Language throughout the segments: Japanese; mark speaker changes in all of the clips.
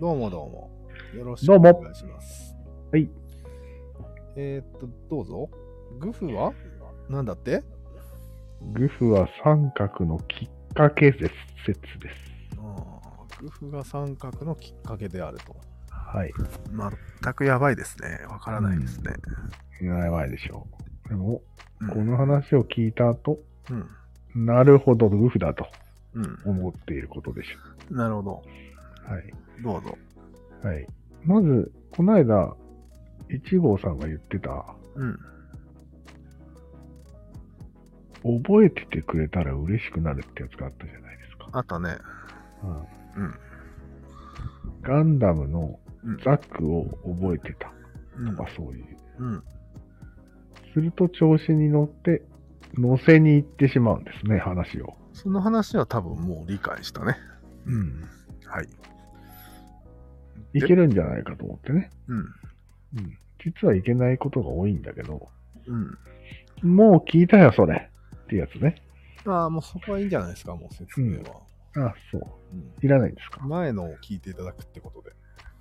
Speaker 1: どうもどうも。よろしく
Speaker 2: ど
Speaker 1: お
Speaker 2: うも
Speaker 1: 願いします。
Speaker 2: はい。
Speaker 1: えー、っと、どうぞ。グフはなんだって
Speaker 2: グフは三角のきっかけ説説です。
Speaker 1: あーグフが三角のきっかけであると。
Speaker 2: はい。
Speaker 1: 全くやばいですね。わからないですね。
Speaker 2: やばいでしょう。でも、
Speaker 1: うん
Speaker 2: この話を聞いた後、
Speaker 1: うん。
Speaker 2: なるほど、グフだと
Speaker 1: う
Speaker 2: 思っていることでしょ
Speaker 1: ん。なるほど。
Speaker 2: う。はい。
Speaker 1: どうぞ。
Speaker 2: はい。まず、この間、一号さんが言ってた、
Speaker 1: うん。
Speaker 2: 覚えててくれたら嬉しくなるってやつがあったじゃないですか。
Speaker 1: あったね。
Speaker 2: うん
Speaker 1: うん。
Speaker 2: ガンダムの
Speaker 1: うん
Speaker 2: ザクを覚えてた
Speaker 1: うん
Speaker 2: とかそういう。
Speaker 1: うん。
Speaker 2: すると調子に乗って、乗せに行ってしまうんですね、話を。
Speaker 1: その話は多分もう理解したね。
Speaker 2: うん。
Speaker 1: はい。
Speaker 2: いけるんじゃないかと思ってね。
Speaker 1: うん。
Speaker 2: うん。実はいけないことが多いんだけど、
Speaker 1: うん。
Speaker 2: もう聞いたよ、それ。ってやつね。
Speaker 1: ああ、もうそこはいいんじゃないですか、もう説明は。
Speaker 2: あ、そう。
Speaker 1: うん
Speaker 2: いらないんですか。
Speaker 1: 前のを聞いていただくってことで。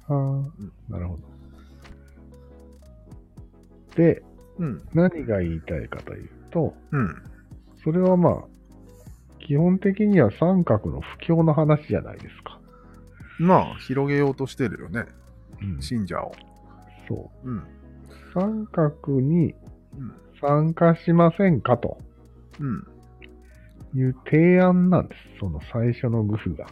Speaker 2: ああ、
Speaker 1: ん
Speaker 2: なるほど。で、
Speaker 1: うん。
Speaker 2: 何が言いたいかというと、
Speaker 1: うん。
Speaker 2: それはまあ、基本的には三角の不況の話じゃないですか。
Speaker 1: まあ、広げようとしてるよね、
Speaker 2: うんそ
Speaker 1: 信者を。
Speaker 2: う。
Speaker 1: うん。
Speaker 2: 三角に
Speaker 1: うん。
Speaker 2: 参加しませんかと
Speaker 1: うん。
Speaker 2: いう提案なんです。その最初のグフが。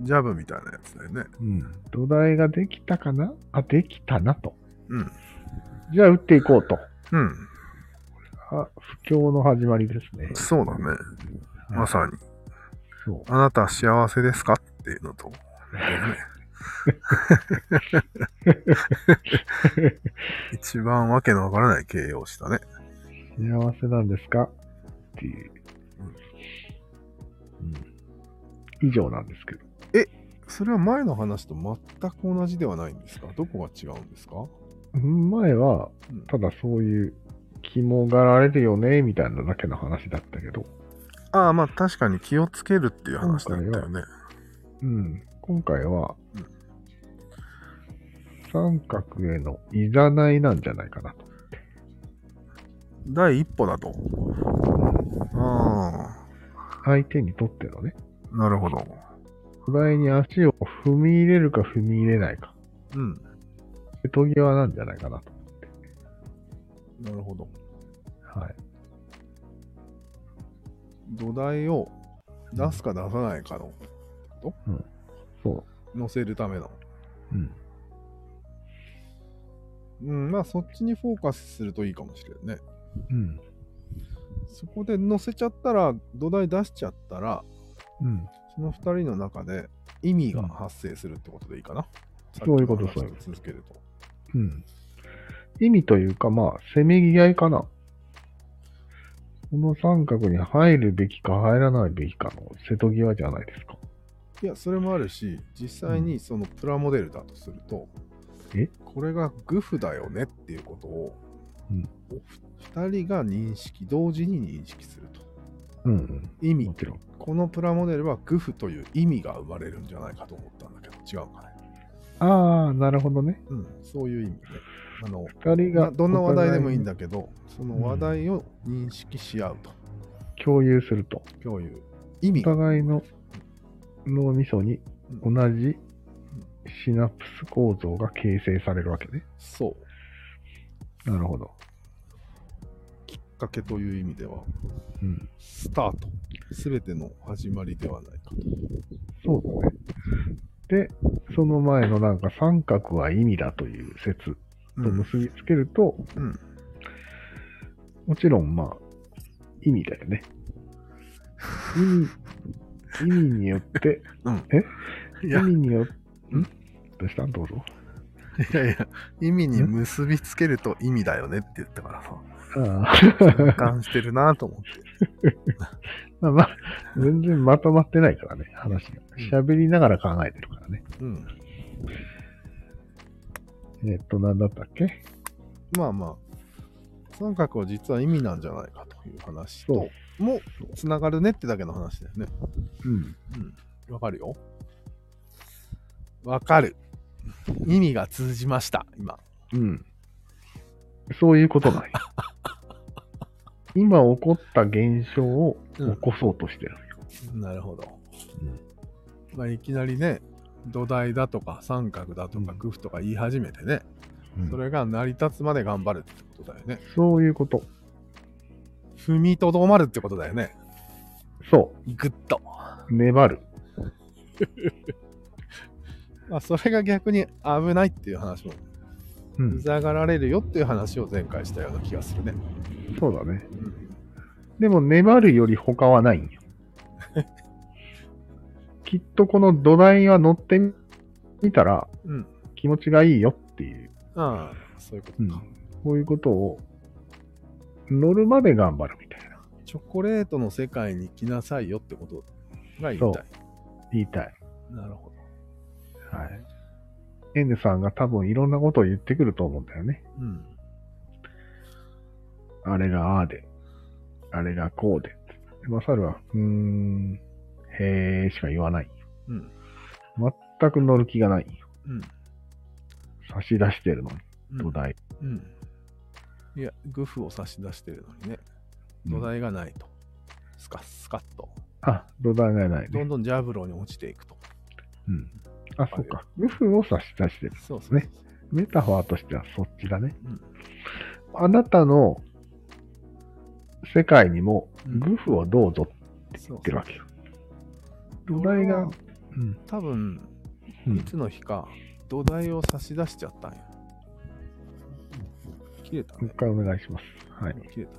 Speaker 1: ジャブみたいなやつだよね。
Speaker 2: うん。土台ができたかなあ、できたなと。
Speaker 1: うん。
Speaker 2: じゃあ打っていこうと。
Speaker 1: うん。
Speaker 2: あ、不況の始まりですね。
Speaker 1: そうだね。まさに。
Speaker 2: そう。
Speaker 1: あなた幸せですかっていうのと。ね、 一番わけのわからない形容詞だね。
Speaker 2: 幸せなんですかっていう。うん。以上なんですけど。
Speaker 1: それは前の話と全く同じではないんですかどこが違うんですか
Speaker 2: 前は
Speaker 1: うん、
Speaker 2: ただそういう、肝がられるよね、みたいなだけの話だったけど、
Speaker 1: ああ、まあ確かに気をつけるっていう話だったよね。
Speaker 2: うん。今回は
Speaker 1: うん、
Speaker 2: 三角へのいざないなんじゃないかなと。
Speaker 1: 第一歩だと。あ
Speaker 2: 相手にとってのね、
Speaker 1: あ、なるほど。
Speaker 2: 土台に足を踏み入れるか踏み入れないか、
Speaker 1: うん。
Speaker 2: 瀬戸際なんじゃないかなと。
Speaker 1: なるほど。
Speaker 2: はい。
Speaker 1: 土台を出すか出さないかの、
Speaker 2: そ
Speaker 1: 乗せるための。
Speaker 2: う。う
Speaker 1: う
Speaker 2: ん。
Speaker 1: ん、まあそっちにフォーカスするといいかもしれないね。
Speaker 2: うん。
Speaker 1: そこで乗せちゃったら、土台出しちゃったら、
Speaker 2: うん。
Speaker 1: その2人の中で意味が発生するってことでいいかな。
Speaker 2: そういうこと
Speaker 1: さっきの話
Speaker 2: そういうこ
Speaker 1: 続けると。
Speaker 2: うん。意味というか、まあ、せめぎ合いかな。この三角に入るべきか入らないべきかの瀬戸際じゃないですか。
Speaker 1: いや、それもあるし、実際にそのプラモデルだとすると、
Speaker 2: え
Speaker 1: これがグフだよねっていうことを、
Speaker 2: うん
Speaker 1: お二人が認識、同時に認識すると。
Speaker 2: うん、うん。
Speaker 1: 意味
Speaker 2: も、ちろん。
Speaker 1: このプラモデルはグフという意味が生まれるんじゃないかと思ったんだけど、違うかね。
Speaker 2: ああ、なるほどね。
Speaker 1: うん、そういう意味で。あの、
Speaker 2: 二人
Speaker 1: な
Speaker 2: が
Speaker 1: どんな話題でもいいん
Speaker 2: だ。
Speaker 1: だけど、その話題を認識し合うと、
Speaker 2: 共有すると。
Speaker 1: 共有。意
Speaker 2: お
Speaker 1: 味が、
Speaker 2: 互いの脳みそに
Speaker 1: う
Speaker 2: 同
Speaker 1: ん
Speaker 2: じシナプス構造が形成されるわけね。
Speaker 1: そう、
Speaker 2: なるほど。
Speaker 1: きっかけという意味では、
Speaker 2: うん。
Speaker 1: スタート。すべての始まりではないかと。
Speaker 2: そうだね。で、その前のなんか三角は意味だという説と結びつけると、
Speaker 1: うん
Speaker 2: もちろんまあ、意味だよね。 意味、意味によって、
Speaker 1: うん
Speaker 2: え
Speaker 1: い
Speaker 2: 意
Speaker 1: や、
Speaker 2: 味によって、んどうしたどうぞ。
Speaker 1: いやいや、意味に結びつけると意味だよねって言ったからさ、
Speaker 2: あ
Speaker 1: 共
Speaker 2: あ
Speaker 1: 感してるなと思って。
Speaker 2: まあまあ、全然まとまってないからね、話が。喋りながら考えてるからね。
Speaker 1: うん。
Speaker 2: えっと、なんだったっけ
Speaker 1: まあまあ、三角は実は意味なんじゃないかという話
Speaker 2: そう
Speaker 1: と、もつながるねってだけの話だよね。
Speaker 2: うん。
Speaker 1: うん。わかるよ。わかる。意味が通じました、今。
Speaker 2: うん。そういうこと ない。今起こった現象を起こそうとしてる。
Speaker 1: なるほど。
Speaker 2: うん
Speaker 1: まあ、いきなりね、土台だとか三角だとか
Speaker 2: うん
Speaker 1: グフとか言い始めてね、
Speaker 2: うん
Speaker 1: それが成り立つまで頑張るってことだよね。
Speaker 2: そういうこと。
Speaker 1: 踏みとどまるってことだよね。
Speaker 2: そ
Speaker 1: グッと。
Speaker 2: う。粘る。
Speaker 1: まあ、それが逆に危ないっていう話も、
Speaker 2: う。
Speaker 1: うんざがられるよっていう話を前回したような気がするね。
Speaker 2: そうだね。
Speaker 1: うん
Speaker 2: でも粘るより他はないんよ。 きっとこの土台は乗ってみたら
Speaker 1: うん。
Speaker 2: 気持ちがいいよっていう。
Speaker 1: ああ、そういうこと
Speaker 2: うん
Speaker 1: か。
Speaker 2: こういうことを乗るまで頑張るみたいな。
Speaker 1: チョコレートの世界に来なさいよってことが言いた
Speaker 2: そう
Speaker 1: い。
Speaker 2: 言いたい。
Speaker 1: なるほど。
Speaker 2: はい。N さんが多分いろんなことを言ってくると思うんだよね。
Speaker 1: うん。
Speaker 2: あれがああで、あれがこうで。でマサルは、うーん、へーしか言わない。
Speaker 1: うん。
Speaker 2: 全く乗る気がない。
Speaker 1: うん。
Speaker 2: 差し出してるのに、
Speaker 1: うん
Speaker 2: 土台。
Speaker 1: うん。いや、グフを差し出してるのにね、
Speaker 2: う
Speaker 1: 土
Speaker 2: ん
Speaker 1: 台がないと。スカッスカッと。
Speaker 2: あ、土台がない
Speaker 1: ど
Speaker 2: ね。
Speaker 1: んどんジャブローに落ちていくと。
Speaker 2: うん。あ、そうか。無風を差し出してる。
Speaker 1: そうですね。
Speaker 2: メタファーとしてはそっちだね。
Speaker 1: うん。
Speaker 2: あなたの世界にも、
Speaker 1: うん
Speaker 2: グフをどうぞって
Speaker 1: そう
Speaker 2: 言ってるわけよ。
Speaker 1: そう
Speaker 2: 土台
Speaker 1: 俺
Speaker 2: が
Speaker 1: は、
Speaker 2: うん、
Speaker 1: 多分、
Speaker 2: うん
Speaker 1: いつの日か、土台を差し出しちゃったんや。切れた
Speaker 2: もう
Speaker 1: ね
Speaker 2: 一。回お願いします。はい。
Speaker 1: 切れたね。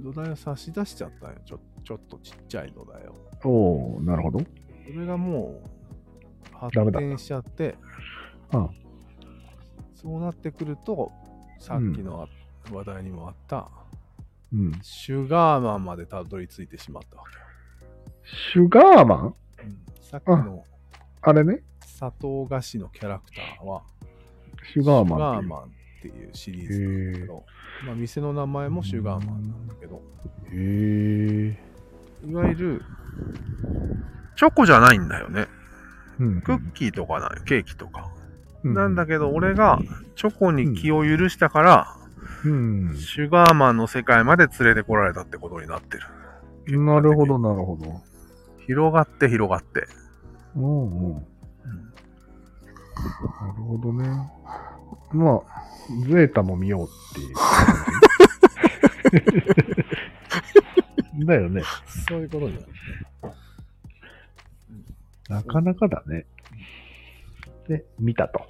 Speaker 1: 土台を差し出しちゃったんよ。ちょちょっとちっちゃい土台を。
Speaker 2: おー、なるほど。
Speaker 1: それがもう、発
Speaker 2: ダメだった
Speaker 1: 展しちゃって、
Speaker 2: あ
Speaker 1: そうなってくると、さっきのあ話題にもあった、
Speaker 2: うん。
Speaker 1: シュガーマンまでたどり着いてしまったわ
Speaker 2: シュガーマン
Speaker 1: け。うんさっきの
Speaker 2: あれね。
Speaker 1: 砂糖菓子のキャラクターは、
Speaker 2: シュガーマン。
Speaker 1: シュガーマンっていうシリーズなんだけど、まあ、店の名前もシュガーマンなんだけど、
Speaker 2: へー。
Speaker 1: いわゆる、チョコじゃないんだよね。
Speaker 2: うん。
Speaker 1: クッキーとかなんよ、ケーキとか。
Speaker 2: うん
Speaker 1: なんだけど、俺がチョコに気を許したから、
Speaker 2: うん。
Speaker 1: シュガーマンの世界まで連れてこられたってことになってる。
Speaker 2: なるほど、なるほど。
Speaker 1: 広がって広がって。
Speaker 2: うんうん。なるほどね。まあ、ゼータも見ようっていう感じ。だよね。
Speaker 1: そういうことになる。
Speaker 2: なかなかだね。で、見たと。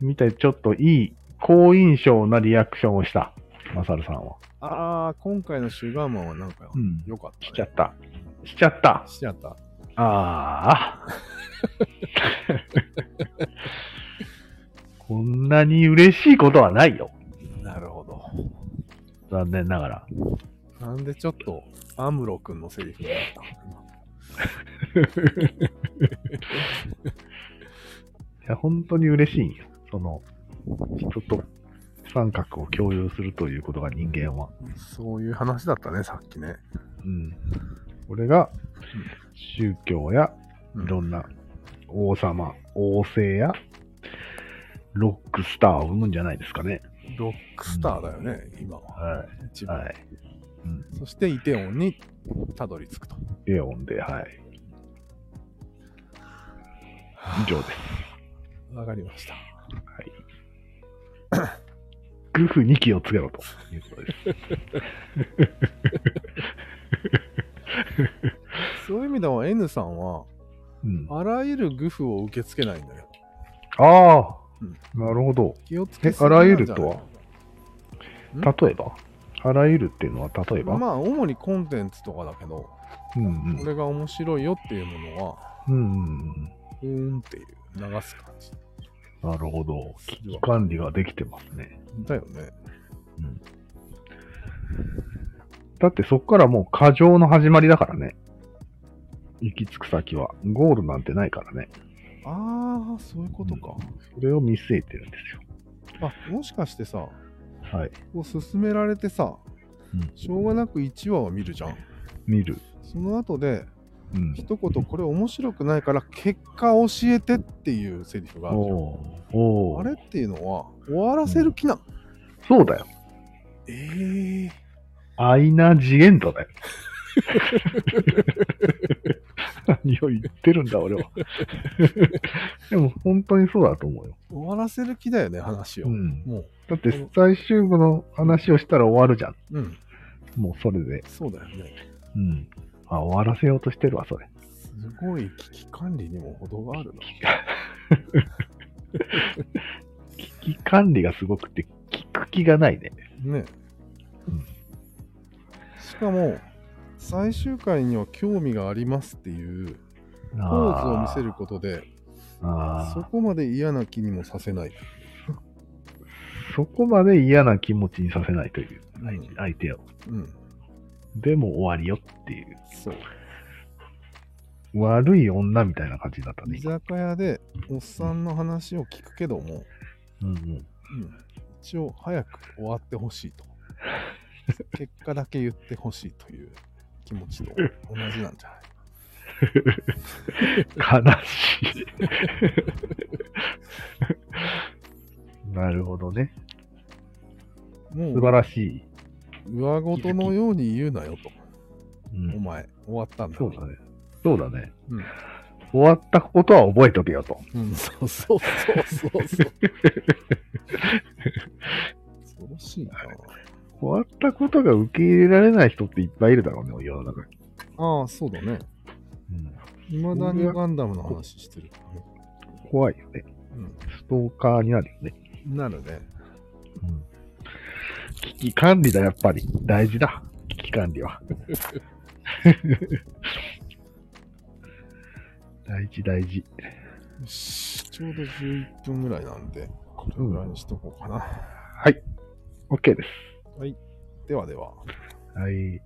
Speaker 2: 見て、ちょっといい、好印象なリアクションをした。マサルさんは。
Speaker 1: ああ、今回のシュガーマンはなんか
Speaker 2: ん
Speaker 1: 良かった、ね
Speaker 2: しちゃった。しちゃった。
Speaker 1: しちゃった。
Speaker 2: ああ。こんなに嬉しいことはないよ。
Speaker 1: なるほど。
Speaker 2: 残念ながら。
Speaker 1: なんでちょっとアムロ君のセリフがあった
Speaker 2: いや、本当に嬉しいんよ。その、人と三角を共有するということが人間は。
Speaker 1: のそういう話だったね、さっきね。
Speaker 2: うん。これが、宗教や
Speaker 1: うん
Speaker 2: いろんな王様、王政や、ロックスターを生むんじゃないですかね。
Speaker 1: ロックスターだよね、今は。
Speaker 2: は
Speaker 1: 一
Speaker 2: い。
Speaker 1: 番、
Speaker 2: はい。
Speaker 1: そしてイテオンにたどり着くと。
Speaker 2: エオンで、はい。以上です。
Speaker 1: わかりました。
Speaker 2: はい。グフに気をつけろということです。
Speaker 1: そういう意味では N さんは、
Speaker 2: うん、あ
Speaker 1: あらゆるグフを受け付けないんだけど。
Speaker 2: あ
Speaker 1: う
Speaker 2: ー、なるほど。
Speaker 1: 気をつけす
Speaker 2: え
Speaker 1: ぎ
Speaker 2: あ
Speaker 1: な
Speaker 2: ら
Speaker 1: んじゃな
Speaker 2: ゆ
Speaker 1: い
Speaker 2: るとは例えばあらゆるっていうのは例えば、
Speaker 1: まあ、主にコンテンツとかだけど、
Speaker 2: うんうん
Speaker 1: これが面白いよっていうものは、
Speaker 2: うんうん
Speaker 1: うーんっていう流す感じ
Speaker 2: うん。なるほど。危機管理ができてますね。
Speaker 1: だよね。
Speaker 2: だってそこからもう過剰の始まりだからね。行き着く先は。ゴールなんてないからね。
Speaker 1: ああ、そういうことか。
Speaker 2: それを見据えてるんですよ。
Speaker 1: あ、もしかしてさ、
Speaker 2: はい。
Speaker 1: こう勧められてさ、
Speaker 2: うん
Speaker 1: しょうがなく1話を見るじゃん。
Speaker 2: 見る。
Speaker 1: その後で、
Speaker 2: うん。
Speaker 1: 一言これ面白くないから結果教えてっていうセリフがあるじゃん
Speaker 2: おーお
Speaker 1: あ
Speaker 2: ー
Speaker 1: れっていうのは終わらせる気なの、
Speaker 2: そうだよ。
Speaker 1: ええ
Speaker 2: アイナ・ジ・エンドだよ。何を言ってるんだ、俺 は。でも、本当にそうだと思うよ。
Speaker 1: 終わらせる気だよね話を、
Speaker 2: うん
Speaker 1: も
Speaker 2: だって、最終後の話をしたら終わるじゃん。
Speaker 1: ううん
Speaker 2: もうそれで。
Speaker 1: そうだよね
Speaker 2: うん。あ、終わらせようとしてるわ、それ。
Speaker 1: すごい危機管理にも程があるな
Speaker 2: 危機管理がすごくて、聞く気がないね。
Speaker 1: ね、
Speaker 2: うん
Speaker 1: しかも最終回には興味がありますっていう
Speaker 2: ポ
Speaker 1: ポーズを見せる。ことで
Speaker 2: あ
Speaker 1: そ
Speaker 2: あ。
Speaker 1: こまで嫌な気にもさせない、
Speaker 2: そこまで嫌な気持ちにさせないという、
Speaker 1: うん
Speaker 2: 相手を。
Speaker 1: うん、
Speaker 2: でも終わりよっていう。
Speaker 1: そう
Speaker 2: 悪い女みたいな感じだったね
Speaker 1: 居。酒屋でおっさんの話を聞くけども、
Speaker 2: うんうん。
Speaker 1: うん、一応早く終わってほしい と結果だけ言ってほしいという気持ちと同じなんじゃない
Speaker 2: 悲しい。なるほどね。
Speaker 1: も
Speaker 2: 素
Speaker 1: う
Speaker 2: 晴らしい。
Speaker 1: 上ごとのように言うなよと
Speaker 2: う
Speaker 1: お
Speaker 2: ん、
Speaker 1: 前終わったんだ
Speaker 2: そうだね。そうだね。
Speaker 1: うん
Speaker 2: 終わったことは覚えとけよと。
Speaker 1: うん、そうそうそうそうそう。恐ろしいな。
Speaker 2: 終わったことが受け入れられない人っていっぱいいるだろうね、世の中に。
Speaker 1: ああ、そうだね。
Speaker 2: うん、
Speaker 1: いまだにガンダムの話してるからね。
Speaker 2: 怖いよね。ストーカーになるよね。
Speaker 1: うん、なるね。
Speaker 2: うん、危機管理だ、やっぱり。大事だ。危機管理は。大事、大事。
Speaker 1: よしちょうど11分ぐらいなんで、これぐらいにしとこうかな。
Speaker 2: OK です。
Speaker 1: ではでは。
Speaker 2: はい。